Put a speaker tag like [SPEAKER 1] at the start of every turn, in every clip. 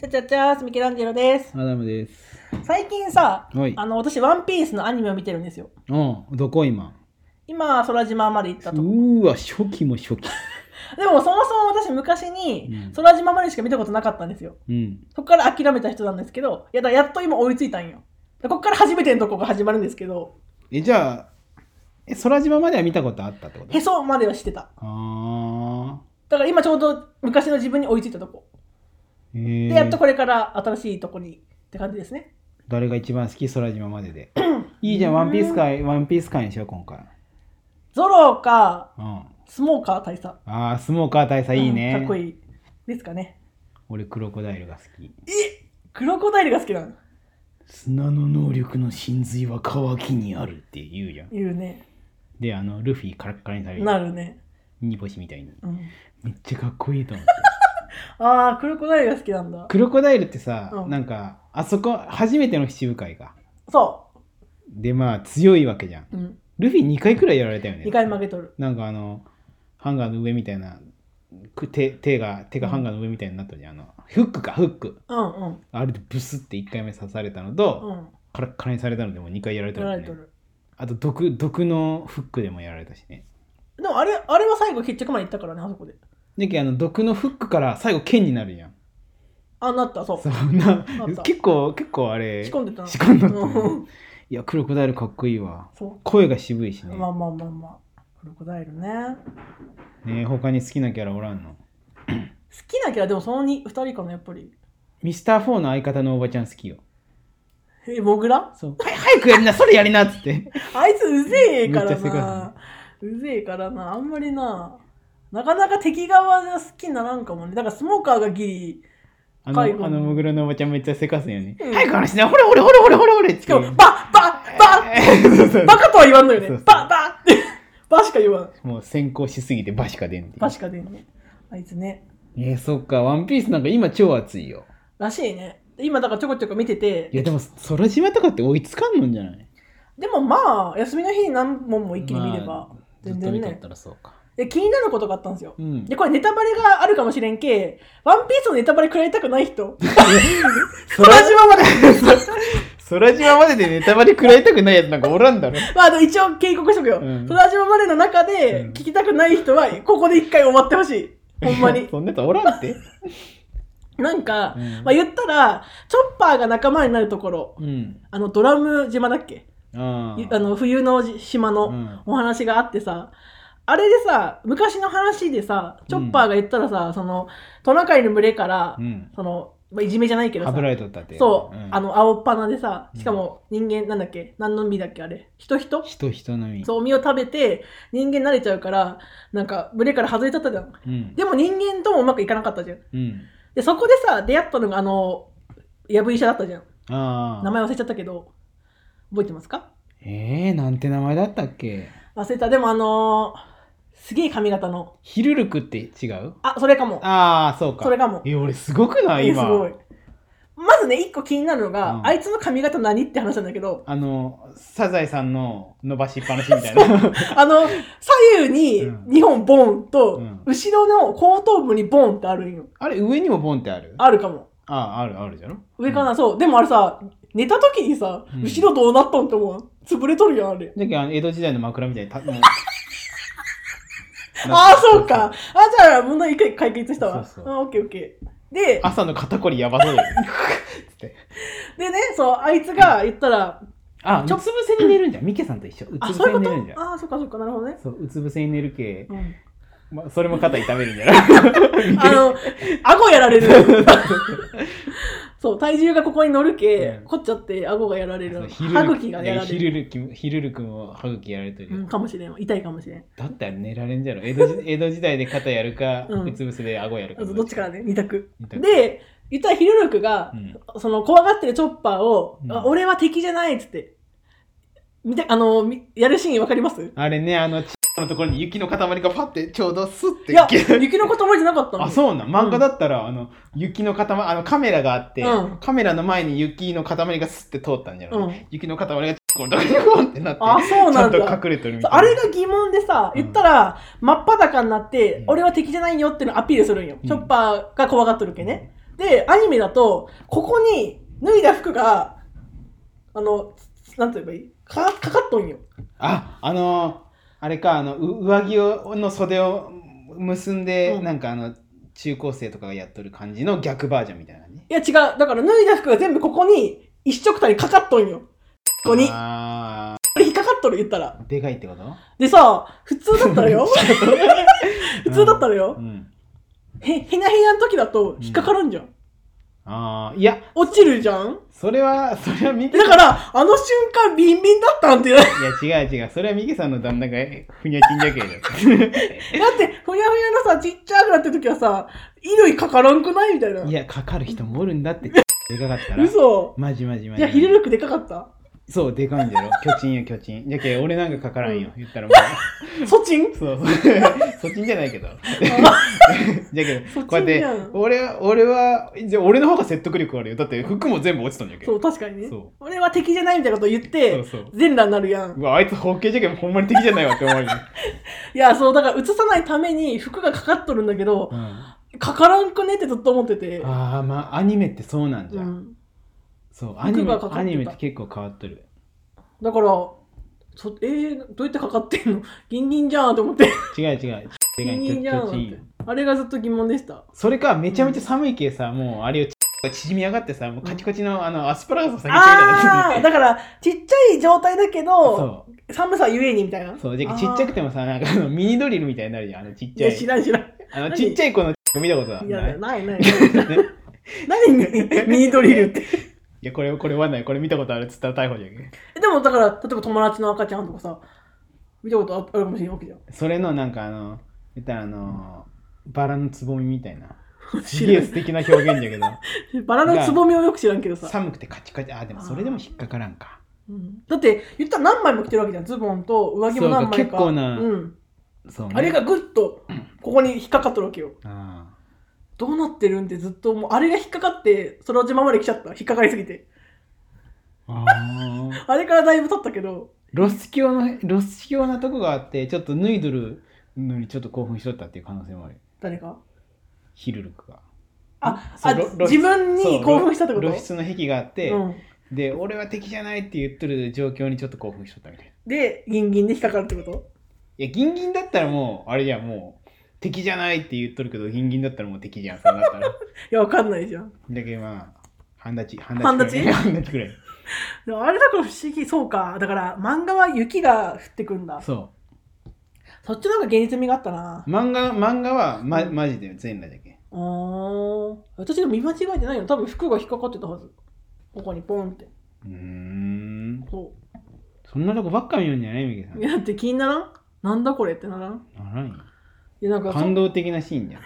[SPEAKER 1] ちゃちゃちゃーす、ミケランジェロです。
[SPEAKER 2] アダムです。
[SPEAKER 1] 最近さ、
[SPEAKER 2] はい
[SPEAKER 1] あの、私、ワンピースのアニメを見てるんですよ。
[SPEAKER 2] うん、どこ今
[SPEAKER 1] 今、空島まで行っ
[SPEAKER 2] う
[SPEAKER 1] たと。
[SPEAKER 2] ーわ、初期も初期。
[SPEAKER 1] でも、そもそも私、昔
[SPEAKER 2] う
[SPEAKER 1] に
[SPEAKER 2] ん、
[SPEAKER 1] 空島までしか見たことなかったんですよ。
[SPEAKER 2] うん。
[SPEAKER 1] そこから諦めた人なんですけど、いやだ、やっと今追いついたんよ。でここから初めてのとこが始まるんですけど、
[SPEAKER 2] え、じゃあ、え、空島までは見たことあったってこと
[SPEAKER 1] へそまではしてた。
[SPEAKER 2] あ
[SPEAKER 1] だから今ちょうど昔の自分に追いついたとこ。
[SPEAKER 2] ー。え
[SPEAKER 1] で、
[SPEAKER 2] ー、
[SPEAKER 1] やっとこれから新しいとこにって感じですね。
[SPEAKER 2] 誰が一番好き空島まで で。いいじゃん、ワンピース会、ワンピース会にしよう、今回。
[SPEAKER 1] ゾロか、
[SPEAKER 2] うん。
[SPEAKER 1] スモーカー大佐。
[SPEAKER 2] あー、スモーカー大佐いいね。
[SPEAKER 1] うんかっこ
[SPEAKER 2] い。
[SPEAKER 1] いい。ですかね。
[SPEAKER 2] 俺、クロコダイルが好き。
[SPEAKER 1] クロコダイルが好きなの。
[SPEAKER 2] 砂の能力の真髄は乾きにあるって言うじゃん。
[SPEAKER 1] 言うね。
[SPEAKER 2] で、あの、ルフィカラッカラにされる。
[SPEAKER 1] なるね。
[SPEAKER 2] 煮干しみたいに。
[SPEAKER 1] うん、
[SPEAKER 2] めっちゃかっこいいと思って。
[SPEAKER 1] ああ、クロコダイルが好きなんだ。
[SPEAKER 2] クロコダイルってさ、
[SPEAKER 1] うん
[SPEAKER 2] なんかあそこ初めての七部会が
[SPEAKER 1] そ
[SPEAKER 2] でまあ強いわけじゃん
[SPEAKER 1] う。うん。
[SPEAKER 2] ルフィ2回くらいやられたよね
[SPEAKER 1] 2回負けとる。
[SPEAKER 2] なんかあのハンガーの上みたいなく手手が手がハンガーの上みたいになったじゃん、あのフックかフック
[SPEAKER 1] うんうん。
[SPEAKER 2] あれでブスって1回目刺されたのと、
[SPEAKER 1] うん。
[SPEAKER 2] カラッカラにされたのでも2回やられた
[SPEAKER 1] 取ら
[SPEAKER 2] よ
[SPEAKER 1] れと
[SPEAKER 2] ね
[SPEAKER 1] る。
[SPEAKER 2] あと毒毒のフックでもやられたしね
[SPEAKER 1] でもあれ、あれは最後決着まで行ったからね、あそこで。
[SPEAKER 2] だけどあの毒のフックから最後剣になるじゃん
[SPEAKER 1] あ、なった、そう
[SPEAKER 2] そ。うな
[SPEAKER 1] った
[SPEAKER 2] 結構結構あれ
[SPEAKER 1] 仕込んでたな
[SPEAKER 2] 仕込んだったね
[SPEAKER 1] うん
[SPEAKER 2] いやクロコダイルかっこいいわ
[SPEAKER 1] そ
[SPEAKER 2] 声が渋いし
[SPEAKER 1] う。
[SPEAKER 2] ね
[SPEAKER 1] まあまあまあまあ。クロコダイルね。
[SPEAKER 2] ねえ他に好きなキャラおらんの
[SPEAKER 1] 好きなキャラ、でもその 2, 二人かな、やっぱり。
[SPEAKER 2] ミスター4の相方のおばちゃん好きよ
[SPEAKER 1] え、モグラ
[SPEAKER 2] そうはい早くやりなそれやりなっつって
[SPEAKER 1] あいつうぜえか
[SPEAKER 2] めっ
[SPEAKER 1] ら
[SPEAKER 2] ちゃせこい
[SPEAKER 1] な。うぜえからな。あんまりな。なかなか敵側が好きにならんかもね。だからスモーカーがギリ。
[SPEAKER 2] あのあ
[SPEAKER 1] 介護
[SPEAKER 2] のモグラのおばちゃんめっちゃせかすよね、
[SPEAKER 1] うん
[SPEAKER 2] 早く話しなほれほれほれほれほれほれっつっ
[SPEAKER 1] してかも、バッバッバッ
[SPEAKER 2] そうそう
[SPEAKER 1] バカとは言わんのよね
[SPEAKER 2] そうそう。
[SPEAKER 1] ババって。バしか言わん。
[SPEAKER 2] もう先行しすぎてバシか出んっていう
[SPEAKER 1] バしか出んね。あいつね。
[SPEAKER 2] えー、そっかワンピースなんか今超熱いよ
[SPEAKER 1] らしいね。今だからちょこちょこ見てて
[SPEAKER 2] い、やでも空島とかって追いつかんのんじゃない
[SPEAKER 1] でもまあ、休みの日に何本も一気に見れば、
[SPEAKER 2] まあず
[SPEAKER 1] 全
[SPEAKER 2] っと
[SPEAKER 1] 然
[SPEAKER 2] 見とっ
[SPEAKER 1] ね
[SPEAKER 2] た。らそうか、
[SPEAKER 1] で、気になることがあったんですよ
[SPEAKER 2] う。ん
[SPEAKER 1] で、これネタバレがあるかもしれんけ、ワンピースのネタバレ食らいたくない 人。
[SPEAKER 2] 空島まで 空島まででネタバレ食らいたくないやつなんかおらんだろ
[SPEAKER 1] まあ、あの一応警告しとくよ。
[SPEAKER 2] うん
[SPEAKER 1] 空島までの中で
[SPEAKER 2] うん
[SPEAKER 1] 聞きたくない人は、ここで一回終わってほしい。ほんまに。
[SPEAKER 2] そんなやつおらんって
[SPEAKER 1] なんか、
[SPEAKER 2] うん
[SPEAKER 1] まあ言ったら、チョッパーが仲間になるところ、
[SPEAKER 2] うん
[SPEAKER 1] あの、ドラム島だっけ
[SPEAKER 2] あ
[SPEAKER 1] あの冬の島
[SPEAKER 2] う
[SPEAKER 1] の
[SPEAKER 2] ん
[SPEAKER 1] お話があってさ、あれでさ昔の話でさチョッパーが言ったらさ、そのトナカイの群れから、
[SPEAKER 2] うん
[SPEAKER 1] そのまあいじめじゃないけど
[SPEAKER 2] は
[SPEAKER 1] さ
[SPEAKER 2] ぶられとったって
[SPEAKER 1] そう、
[SPEAKER 2] ん
[SPEAKER 1] あの青っ鼻でさしかも人間なんだっけ何の実だっけあれ人人
[SPEAKER 2] 人人のみ
[SPEAKER 1] そう実を食べて人間慣れちゃうからなんか群れから外れちゃったじゃん
[SPEAKER 2] うん
[SPEAKER 1] でも人間ともうまくいかなかったじゃん
[SPEAKER 2] うん
[SPEAKER 1] でそこでさ出会ったのがあのヤブ医者だったじゃん
[SPEAKER 2] ああ
[SPEAKER 1] 名前忘れちゃったけど覚えてますか
[SPEAKER 2] えー、なんて名前だったっけ
[SPEAKER 1] 忘れたでもあのー、すげえ髪型の
[SPEAKER 2] ヒルルクって違う
[SPEAKER 1] あそれかも
[SPEAKER 2] ああそうか
[SPEAKER 1] それかも
[SPEAKER 2] え俺すごくない
[SPEAKER 1] えす
[SPEAKER 2] 今
[SPEAKER 1] ごいまずね一個気になるのが、
[SPEAKER 2] うん
[SPEAKER 1] あいつの髪型何って話なんだけど
[SPEAKER 2] あのサザエさんの伸ばしっぱなしみたい な
[SPEAKER 1] あの左右に
[SPEAKER 2] うん
[SPEAKER 1] 2本ボンと、
[SPEAKER 2] うん
[SPEAKER 1] 後ろの後頭部にボンってあるんよ
[SPEAKER 2] あれ上にもボンってあるあ
[SPEAKER 1] あるかも
[SPEAKER 2] ああるあるじゃろ
[SPEAKER 1] 上かな、そうでもあれさ寝た時にさ、
[SPEAKER 2] うん
[SPEAKER 1] 後ろどうなったんって思う潰れとるやんあれ
[SPEAKER 2] だけどあの江戸時代の枕みた いにたもう
[SPEAKER 1] ああそうかあじゃあ問題一回解決したわ
[SPEAKER 2] そうそう
[SPEAKER 1] あオッケーオッケーで
[SPEAKER 2] 朝の肩こりやばそうだよねつって
[SPEAKER 1] でねそうあいつが言ったら、
[SPEAKER 2] あう
[SPEAKER 1] ち
[SPEAKER 2] つ
[SPEAKER 1] ょ
[SPEAKER 2] 伏せに寝るんじゃんミケさんと一緒うつ
[SPEAKER 1] あ
[SPEAKER 2] 伏
[SPEAKER 1] そう
[SPEAKER 2] せ
[SPEAKER 1] いうこと
[SPEAKER 2] に寝るんじゃん
[SPEAKER 1] ああそっかそっかなるほどね、
[SPEAKER 2] そううつ伏せに寝る系、
[SPEAKER 1] うん
[SPEAKER 2] まあ、それも肩痛めるんじゃない
[SPEAKER 1] あの、顎やられる。そう、体重がここに乗るけ、
[SPEAKER 2] うん
[SPEAKER 1] 凝っちゃって顎がやられる。歯
[SPEAKER 2] 歯
[SPEAKER 1] 茎がやられ
[SPEAKER 2] ヒ
[SPEAKER 1] る。
[SPEAKER 2] ルルクヒルルクも歯茎やられてる、
[SPEAKER 1] うん、かもしれんわ。痛いかもしれん。
[SPEAKER 2] だったら寝られんじゃろ江戸 時江戸時代で肩やるか、
[SPEAKER 1] うん
[SPEAKER 2] うつ伏せで顎やる
[SPEAKER 1] あ
[SPEAKER 2] か
[SPEAKER 1] とどっちからね、二択。
[SPEAKER 2] 二択
[SPEAKER 1] で、言ったらヒルルクが
[SPEAKER 2] う、ん
[SPEAKER 1] その怖がってるチョッパーを、
[SPEAKER 2] うん
[SPEAKER 1] あ俺は敵じゃないっつって、見たあの、みやるシーンわかります
[SPEAKER 2] あれねあのちのところに雪の塊がパッてちょうどスッて
[SPEAKER 1] いや、
[SPEAKER 2] いける
[SPEAKER 1] 雪のこと覚えてなかったの。
[SPEAKER 2] あそうなん漫画だったら、あの雪の塊あのカメラがあって、
[SPEAKER 1] うん
[SPEAKER 2] カメラの前に雪の塊がスッて通ったんじゃろ、
[SPEAKER 1] うん
[SPEAKER 2] 雪の塊がチッコのところにゴンってなって
[SPEAKER 1] あそう
[SPEAKER 2] ち
[SPEAKER 1] な
[SPEAKER 2] ゃ
[SPEAKER 1] ん
[SPEAKER 2] ん
[SPEAKER 1] だ
[SPEAKER 2] と。隠れてるみ
[SPEAKER 1] そ
[SPEAKER 2] た
[SPEAKER 1] う
[SPEAKER 2] いな
[SPEAKER 1] あれが疑問でさ、
[SPEAKER 2] うん
[SPEAKER 1] 言ったら、真っ裸になって、
[SPEAKER 2] うん
[SPEAKER 1] 俺は敵じゃないよっていうのをアピールするんよ。
[SPEAKER 2] うん
[SPEAKER 1] チョッパーが怖がっとるけね。で、アニメだと、ここに脱いだ服が、あの、なんて言えばいいかかかっとんよ。
[SPEAKER 2] ああのあれかあのう上着をの袖を結んで、
[SPEAKER 1] うん
[SPEAKER 2] なんかあの中高生とかがやっとる感じの逆バージョンみたいな感じ
[SPEAKER 1] いや違う。だから脱いだ服が全部ここに、一色たにかかっとんよ。ここに。
[SPEAKER 2] あ
[SPEAKER 1] これ引っかかっとる言ったら。
[SPEAKER 2] ーでかいってこと
[SPEAKER 1] でさ、普通だったらよ。 普通だったらよ
[SPEAKER 2] う。ん
[SPEAKER 1] へ、へなへなの時だと引っかかるんじゃん。
[SPEAKER 2] あーいや
[SPEAKER 1] 落ちるじゃん。
[SPEAKER 2] それはそれはミケ
[SPEAKER 1] だから、あの瞬間ビンビンだったんって。だっ
[SPEAKER 2] いや違う違うそれはミケさんの旦那がふにゃちんじゃけ
[SPEAKER 1] て、
[SPEAKER 2] え
[SPEAKER 1] ふにゃふにゃのさ、ちっちゃくなってる時はさ、衣類かからんくないみたいな
[SPEAKER 2] だい。やかかる人もおるんだってでかかったら
[SPEAKER 1] 嘘。
[SPEAKER 2] マジマジマ
[SPEAKER 1] い
[SPEAKER 2] ジ
[SPEAKER 1] や、ヒレルクでかかった。
[SPEAKER 2] そうでかいんだよ巨人よ巨人じゃけ俺なんかかからんよ言ったらも
[SPEAKER 1] そちん
[SPEAKER 2] うそう そっちんじゃないけどじゃけ
[SPEAKER 1] そっち
[SPEAKER 2] ど、こうやって
[SPEAKER 1] じゃん、
[SPEAKER 2] 俺は、俺は、じゃあ俺の方が説得力あるよ。だって服も全部落ちたんじゃけ
[SPEAKER 1] そ
[SPEAKER 2] ど。
[SPEAKER 1] う、確かにね
[SPEAKER 2] そう。
[SPEAKER 1] 俺は敵じゃないみたいなこと言っ
[SPEAKER 2] そう
[SPEAKER 1] て、
[SPEAKER 2] そう。
[SPEAKER 1] 全裸になるやん
[SPEAKER 2] う。わ、あいつ包茎じゃけん、ほんまに敵じゃないわって思われる。
[SPEAKER 1] いや、そう、だから映さないために服がかかっとるんだけど、
[SPEAKER 2] あ
[SPEAKER 1] かからんくねってずっと思ってて。
[SPEAKER 2] あ、まあ、アニメってそうなんじ
[SPEAKER 1] う
[SPEAKER 2] ゃん。
[SPEAKER 1] ん、
[SPEAKER 2] そう、アニメ、
[SPEAKER 1] 服がかかってた
[SPEAKER 2] アニメって結構変わってる。
[SPEAKER 1] だから、そえー、どうやってかかってんのギンギンじゃんと思って。
[SPEAKER 2] 違う違う。で
[SPEAKER 1] ギ
[SPEAKER 2] かい
[SPEAKER 1] ン
[SPEAKER 2] 巨
[SPEAKER 1] ギンじゃん
[SPEAKER 2] 巨人よ。
[SPEAKER 1] あれがずっと疑問でした。
[SPEAKER 2] それか、めちゃめちゃ寒いけさ、もう、あれを、縮み上がってさ、もうカチコチの、あの、アスパラガスを下げちゃ
[SPEAKER 1] あ
[SPEAKER 2] う
[SPEAKER 1] あ
[SPEAKER 2] みたいな。
[SPEAKER 1] だから、ちっちゃい状態だけど、
[SPEAKER 2] そう。
[SPEAKER 1] 寒さゆえにみたいな。
[SPEAKER 2] そう、じゃけちっちゃく
[SPEAKER 1] あ
[SPEAKER 2] てもさ、なんかあの、ミニドリルみたいになるじゃん。あの、ちっ
[SPEAKER 1] ーい
[SPEAKER 2] ちゃ
[SPEAKER 1] や、知
[SPEAKER 2] い。
[SPEAKER 1] らん知らん。
[SPEAKER 2] あの、ちっちゃい子の、見たことはいな
[SPEAKER 1] や、
[SPEAKER 2] い
[SPEAKER 1] ないない。何にミニドリルって。
[SPEAKER 2] いや、これ、これはない。これ見たことあるっつったら逮捕じゃんけ。
[SPEAKER 1] でも、だから、例えば友達の赤ちゃんとかさ、見たことあるかもしれないわけじゃん。
[SPEAKER 2] それの、なんかあの、言ったらあの、バラのつぼみみたいな。す
[SPEAKER 1] 知
[SPEAKER 2] げ
[SPEAKER 1] ら
[SPEAKER 2] え
[SPEAKER 1] ん
[SPEAKER 2] 素敵な表現 じゃけど、
[SPEAKER 1] バラのつぼみをよく知らんけどさ。
[SPEAKER 2] 寒くてカチカチ。あ、でもそれでも引っかからんか。
[SPEAKER 1] うんだって言ったら何枚も着てるわけじゃんズボンと上着も何枚か
[SPEAKER 2] そうか結構な
[SPEAKER 1] うん、
[SPEAKER 2] そう、ね。
[SPEAKER 1] あれがぐっとここに引っかかってるわけよ
[SPEAKER 2] あ
[SPEAKER 1] どうなってるんってずっともうあれが引っかかってその島まで来ちゃった引っかかりすぎて
[SPEAKER 2] ーあー。
[SPEAKER 1] あれからだいぶ経ったけど
[SPEAKER 2] ロス教の、ロス教なとこがあって、ちょっと脱いどるのにちょっと興奮しとったっていう可能性もある。
[SPEAKER 1] 誰か
[SPEAKER 2] ヒルルクが。
[SPEAKER 1] あ
[SPEAKER 2] そう
[SPEAKER 1] あ
[SPEAKER 2] ろ露出
[SPEAKER 1] 自分
[SPEAKER 2] そう
[SPEAKER 1] に興奮したってこと
[SPEAKER 2] 露出の癖があって、
[SPEAKER 1] うん、
[SPEAKER 2] で、俺は敵じゃないって言っとる状況にちょっと興奮しとったみたいな。
[SPEAKER 1] でギンギンで引っかかるってこと
[SPEAKER 2] いや、ギンギンだったらもう、あれじゃんもう、敵じゃないって言っとるけど、ギンギンだったらもう敵じゃん、そう なったら。だ
[SPEAKER 1] いやわかんないじゃん
[SPEAKER 2] けどまあ、半立ち、半
[SPEAKER 1] 半立ち
[SPEAKER 2] くらい。半立ち くらい。
[SPEAKER 1] でもあれだから不思議そうかだから漫画は雪が降ってくんだ
[SPEAKER 2] そ
[SPEAKER 1] そっちの方が現実味があったな
[SPEAKER 2] う。漫画、漫画は、ま、マジで全裸じゃけ。
[SPEAKER 1] あー私でも見間違えてないよ多分服が引っかかってたはずここにポンって
[SPEAKER 2] うーん。
[SPEAKER 1] そ
[SPEAKER 2] そんなとこばっか見るんじゃないみけさ
[SPEAKER 1] ういやだって気にならんなんだこれってならん
[SPEAKER 2] ん。あらんよ
[SPEAKER 1] いやなんかそ
[SPEAKER 2] 感動的なシーンじゃん。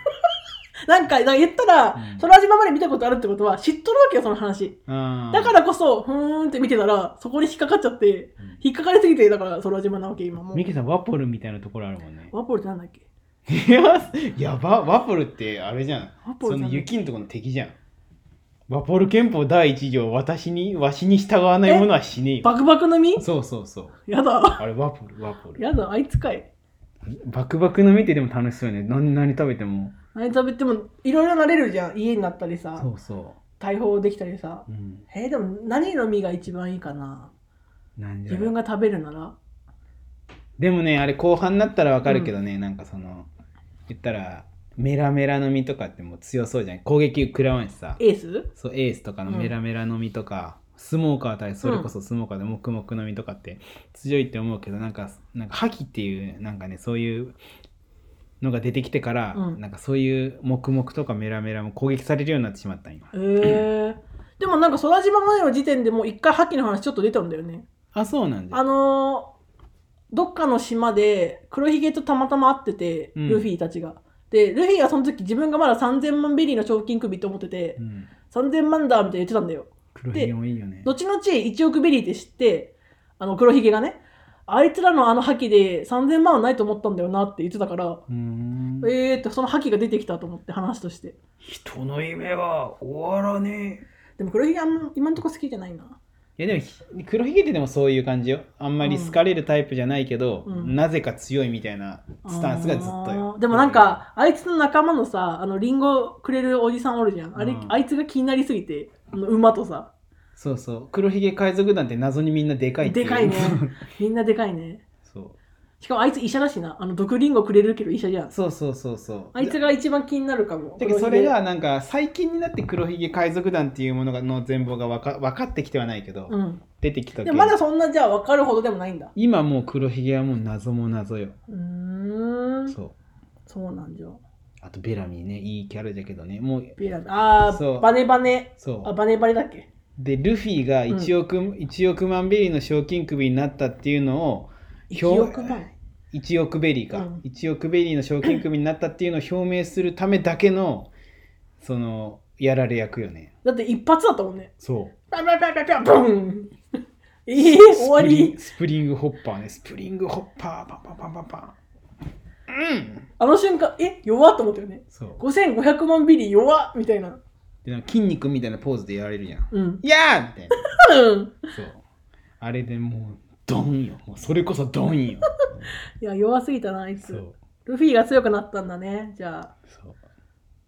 [SPEAKER 1] なんかなんか言ったら、
[SPEAKER 2] うん
[SPEAKER 1] その味ままで見たことあるってことは知っとるわけよその話
[SPEAKER 2] あー
[SPEAKER 1] だからこそふーんって見てたらそこに引っかかっちゃって
[SPEAKER 2] うん
[SPEAKER 1] 引っかかりすぎてだから空島なわけ今もう
[SPEAKER 2] ミケさん、ワポルみたいなところあるも んね。
[SPEAKER 1] ワポルってなんだっけ
[SPEAKER 2] いや、やば、ワポルってあれじゃん。
[SPEAKER 1] ワポ
[SPEAKER 2] そ
[SPEAKER 1] ルじ
[SPEAKER 2] の
[SPEAKER 1] ゃない
[SPEAKER 2] 雪のとこの敵じゃん。ワポル憲法第一条、私に、わしに従わない者は死ねえよ。
[SPEAKER 1] バクバクの実
[SPEAKER 2] そうそうそう。
[SPEAKER 1] やだ
[SPEAKER 2] あれ、ワッフル、ワッフル。
[SPEAKER 1] やだあいつかい
[SPEAKER 2] バクバクの見てでも楽しそうよね。何何食べても。
[SPEAKER 1] 何食べてもいろいろなれるじゃん家になったりさ
[SPEAKER 2] そうそ
[SPEAKER 1] 大砲できたりさ
[SPEAKER 2] う。うん。
[SPEAKER 1] えー、でも何の実が一番いいかな
[SPEAKER 2] なんじゃ
[SPEAKER 1] 自
[SPEAKER 2] ろう
[SPEAKER 1] 分が食べるなら
[SPEAKER 2] でもね、あれ後半になったらわかるけどね、なんかその、言ったら、メラメラの実とかってもう強そうじゃん。攻撃食らわんしさ。
[SPEAKER 1] エース
[SPEAKER 2] そう、エースとかのメラメラの実とか、スモーカー対それこそスモーカーで黙々の実とかって強いって思うけど、なんか、なんか、覇気っていう、なんかね、そういうのが出てきてから、
[SPEAKER 1] うん
[SPEAKER 2] なんかそういう黙々とかメラメラも攻撃されるようになってしまったんよ。
[SPEAKER 1] へえでもなんか空島までの時点でもう一回覇気の話ちょっと出たんだよね
[SPEAKER 2] あ、そうなんだ。
[SPEAKER 1] あのーどっかの島で黒ひげとたまたま会ってて、
[SPEAKER 2] うん
[SPEAKER 1] ルフィたちが。でルフィはその時自分がまだ3000万ベリーの賞金首って思ってて、
[SPEAKER 2] うん、
[SPEAKER 1] 3000万だみたいな言ってたんだよ。
[SPEAKER 2] 黒ひげもいいよね。
[SPEAKER 1] 後々1億ベリーって知ってあの黒ひげがねあいつらのあの覇気で3000万はないと思ったんだよなって言ってたから、
[SPEAKER 2] うーん
[SPEAKER 1] えーってその覇気が出てきたと思って話として。
[SPEAKER 2] 人の夢は終わらね
[SPEAKER 1] でも黒ひげあんま今んとこ好きじゃないな。
[SPEAKER 2] やでもひ黒ひげってでもそういう感じよあんまり好かれるタイプじゃないけど、
[SPEAKER 1] うん
[SPEAKER 2] なぜか強いみたいなスタンスがずっと
[SPEAKER 1] あ
[SPEAKER 2] よ
[SPEAKER 1] ーでもなんかあいつの仲間のさあのリンゴくれるおじさんおるじゃんあれ、
[SPEAKER 2] うん
[SPEAKER 1] あいつが気になりすぎてあの馬とさ
[SPEAKER 2] そうそう黒ひげ海賊団って謎にみんなでかいってう
[SPEAKER 1] でかいねみんなでかいね
[SPEAKER 2] そ
[SPEAKER 1] しかもあいつ医者だしなあの毒リンゴくれるけど医者じゃ
[SPEAKER 2] うんそうそうそうそう
[SPEAKER 1] あいつが一番気になるかも
[SPEAKER 2] だけどそれがなんか最近になって黒ひげ海賊団っていうものがの全貌が分か分かってきてはないけど、
[SPEAKER 1] うん
[SPEAKER 2] 出てきたけ
[SPEAKER 1] で
[SPEAKER 2] ど
[SPEAKER 1] もまだそんなじゃあ分かるほどでもないんだ
[SPEAKER 2] 今もう黒ひげはもう謎も謎よ、
[SPEAKER 1] うーん
[SPEAKER 2] そう
[SPEAKER 1] そうなんじゃ
[SPEAKER 2] あとベラミーねいいキャラだけどねもう
[SPEAKER 1] ピラミあ
[SPEAKER 2] そう
[SPEAKER 1] あバネバネ
[SPEAKER 2] そ
[SPEAKER 1] あ
[SPEAKER 2] う
[SPEAKER 1] バネバネだっけ
[SPEAKER 2] でルフィが1億,、1億万ベリーの賞金首になったっていうのを
[SPEAKER 1] 記憶前
[SPEAKER 2] 1億ベリーか、
[SPEAKER 1] うん
[SPEAKER 2] 1億ベリーの賞金首になったっていうのを表明するためだけのそのやられ役よね
[SPEAKER 1] だって一発だったもんね
[SPEAKER 2] そう
[SPEAKER 1] パンパンパンパンパンブ ンええ終わり
[SPEAKER 2] スプリングホッパーねスプリングホッパーパンパンパンパンパンうん
[SPEAKER 1] あの瞬間え弱っと思ったよね
[SPEAKER 2] そう
[SPEAKER 1] 5500万ビリ弱っみたいな
[SPEAKER 2] でなんか筋肉みたいなポーズでやられるじゃん
[SPEAKER 1] うん
[SPEAKER 2] いやーみたいな
[SPEAKER 1] うん
[SPEAKER 2] そうあれでもうドンよもうそれこそドンよ
[SPEAKER 1] いや弱すぎたなあいつ
[SPEAKER 2] そう
[SPEAKER 1] ルフィが強くなったんだねじゃあ
[SPEAKER 2] そう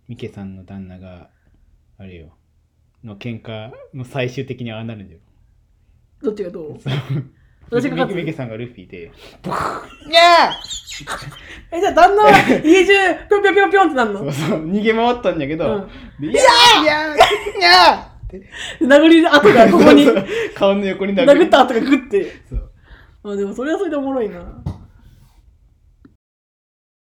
[SPEAKER 2] ミケさんの旦那があれよの喧嘩の最終的にああなるんだよ
[SPEAKER 1] どっちがどう
[SPEAKER 2] そう
[SPEAKER 1] 私が勝つ
[SPEAKER 2] ミケさんがルフィでブッいやー
[SPEAKER 1] えじゃあ旦那 は家中ぴょんぴょんぴょんぴょんってなる
[SPEAKER 2] そ
[SPEAKER 1] の
[SPEAKER 2] うそう逃げ回ったんだけど、
[SPEAKER 1] うん
[SPEAKER 2] でいやーいやーいやーって
[SPEAKER 1] 殴り跡がここに
[SPEAKER 2] 顔の横に殴
[SPEAKER 1] 殴った跡がグッて
[SPEAKER 2] そう
[SPEAKER 1] あでもそれはそれでおもろいな